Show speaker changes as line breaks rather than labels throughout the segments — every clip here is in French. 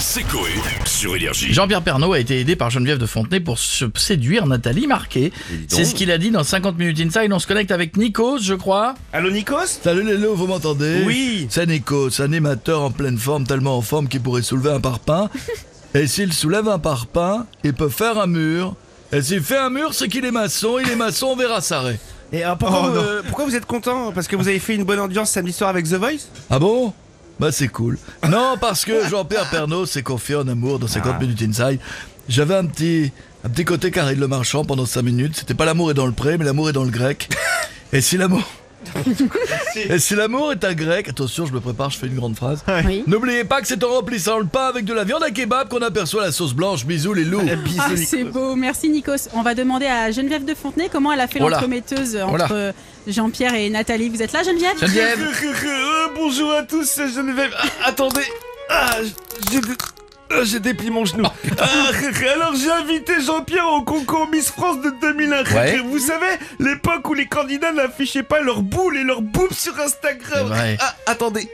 C'est Coé sur Énergie.
Jean-Pierre Pernaud a été aidé par Geneviève de Fontenay pour se séduire Nathalie Marquet. C'est ce qu'il a dit dans 50 minutes inside. On se connecte avec Nikos, je crois.
Allô Nikos
Salut les lots, vous m'entendez
Oui.
C'est Nikos, animateur en pleine forme, tellement en forme qu'il pourrait soulever un parpaing. Et s'il soulève un parpaing, il peut faire un mur. Et s'il fait un mur, c'est qu'il est maçon, il est maçon, on verra s'arrêter.
Et euh, pourquoi,
Oh, non.
euh, pourquoi vous êtes content Parce que vous avez fait une bonne audience samedi soir avec The Voice
Ah bon Bah c'est cool. Non, parce que Jean-Pierre Pernaud s'est confié en amour dans 50
Ah.
minutes inside. J'avais un petit, un petit côté carré de le marchand pendant 5 minutes. C'était pas l'amour est dans le pré, mais l'amour est dans le grec. Et si l'amour... Et si l'amour est un grec, attention, je me prépare, je fais une grande phrase.
Oui.
N'oubliez pas que c'est en remplissant le pain avec de la viande à kebab qu'on aperçoit la sauce blanche. Bisous les
Eh
loups.
Bisous,
Ah,
Nikos.
c'est beau, merci Nikos. On va demander à Geneviève de Fontenay comment elle a fait
Voilà.
l'entremetteuse entre
Voilà.
euh, Jean-Pierre et Nathalie. Vous êtes là, Geneviève
Geneviève,
Euh, Bonjour à tous, c'est Geneviève. Ah, attendez, Ah, j'ai dé- ah, j'ai déplié mon genou. Ah, alors j'ai invité Jean-Pierre au concours Miss France de 2001.
Ouais.
Vous savez, l'époque où les candidats n'affichaient pas leurs boules et leurs boobs sur Instagram.
C'est vrai.
Ah, attendez,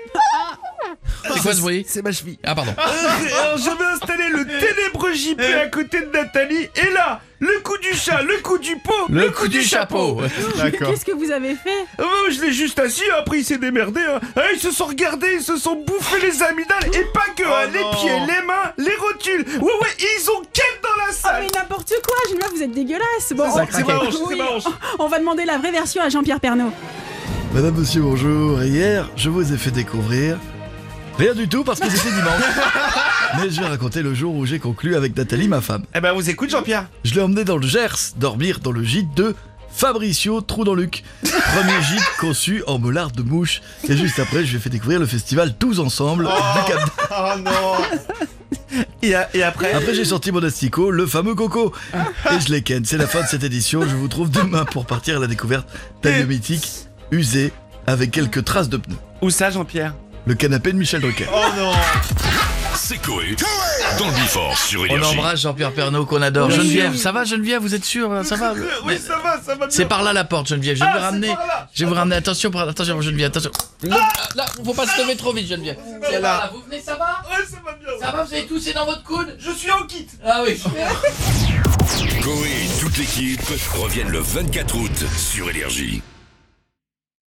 c'est quoi ce bruit
c'est ma cheville. Euh,
Ah pardon.
Alors j'avais installé le ténébreux JP à côté de Nathalie et là, le coup du chat, le coup du pot,
Le coup du chapeau.
Qu'est-ce que vous avez fait
Ah ouais, je l'ai juste assis, après il s'est démerdé. hein. Ah, ils se sont regardés, ils se sont bouffés les amygdales et pas que, hein, les pieds, les mains, les rotules. Ouais, ouais, ils ont quête dans la
Ah
salle.
mais n'importe quoi, Geneviève, vous êtes dégueulasse. Bon,
ça, c'est ma hanche, c'est
Oui.
ma hanche.
on va demander la vraie version à Jean-Pierre Pernaud.
Madame, monsieur, bonjour. Hier, je vous ai fait découvrir. Rien du tout parce que c'était dimanche. Mais je vais raconter le jour où j'ai conclu avec Nathalie, ma femme.
Eh ben, vous écoute, Jean-Pierre.
Je l'ai emmené dans le Gers, dormir dans le gîte de Fabricio Trou dans Luc. Premier gîte conçu en molar de mouche. Et juste après, je lui ai fait découvrir le festival Tous Ensemble du Cap
Et, a- et après
Après, j'ai sorti mon asticot, le fameux coco. Et je l'ai ken. C'est la fin de cette édition. Je vous trouve demain pour partir à la découverte d'un lieu mythique usé avec quelques traces de pneus.
Où ça, Jean-Pierre
Le canapé de Michel Drucker.
C'est Coé dans le Bifort sur
On
Énergie.
embrasse Jean-Pierre Pernaud qu'on adore.
Oui.
Geneviève, ça va Geneviève, vous êtes sûre Ça va
Oui, ça va, ça va bien.
C'est par là la porte Geneviève. Je vais
Ah,
vous
c'est
ramener.
par là.
Je vais vous ramener. Attention, par- attention Geneviève, attention. Ne- Ah, Là, faut pas se lever trop vite Geneviève. C'est par là. Vous venez, ça va
Ouais, ça va bien.
Ça va, vous avez toussé dans votre coude
Je suis en kit.
Ah oui.
Coé et toute l'équipe reviennent le 24 août sur Énergie.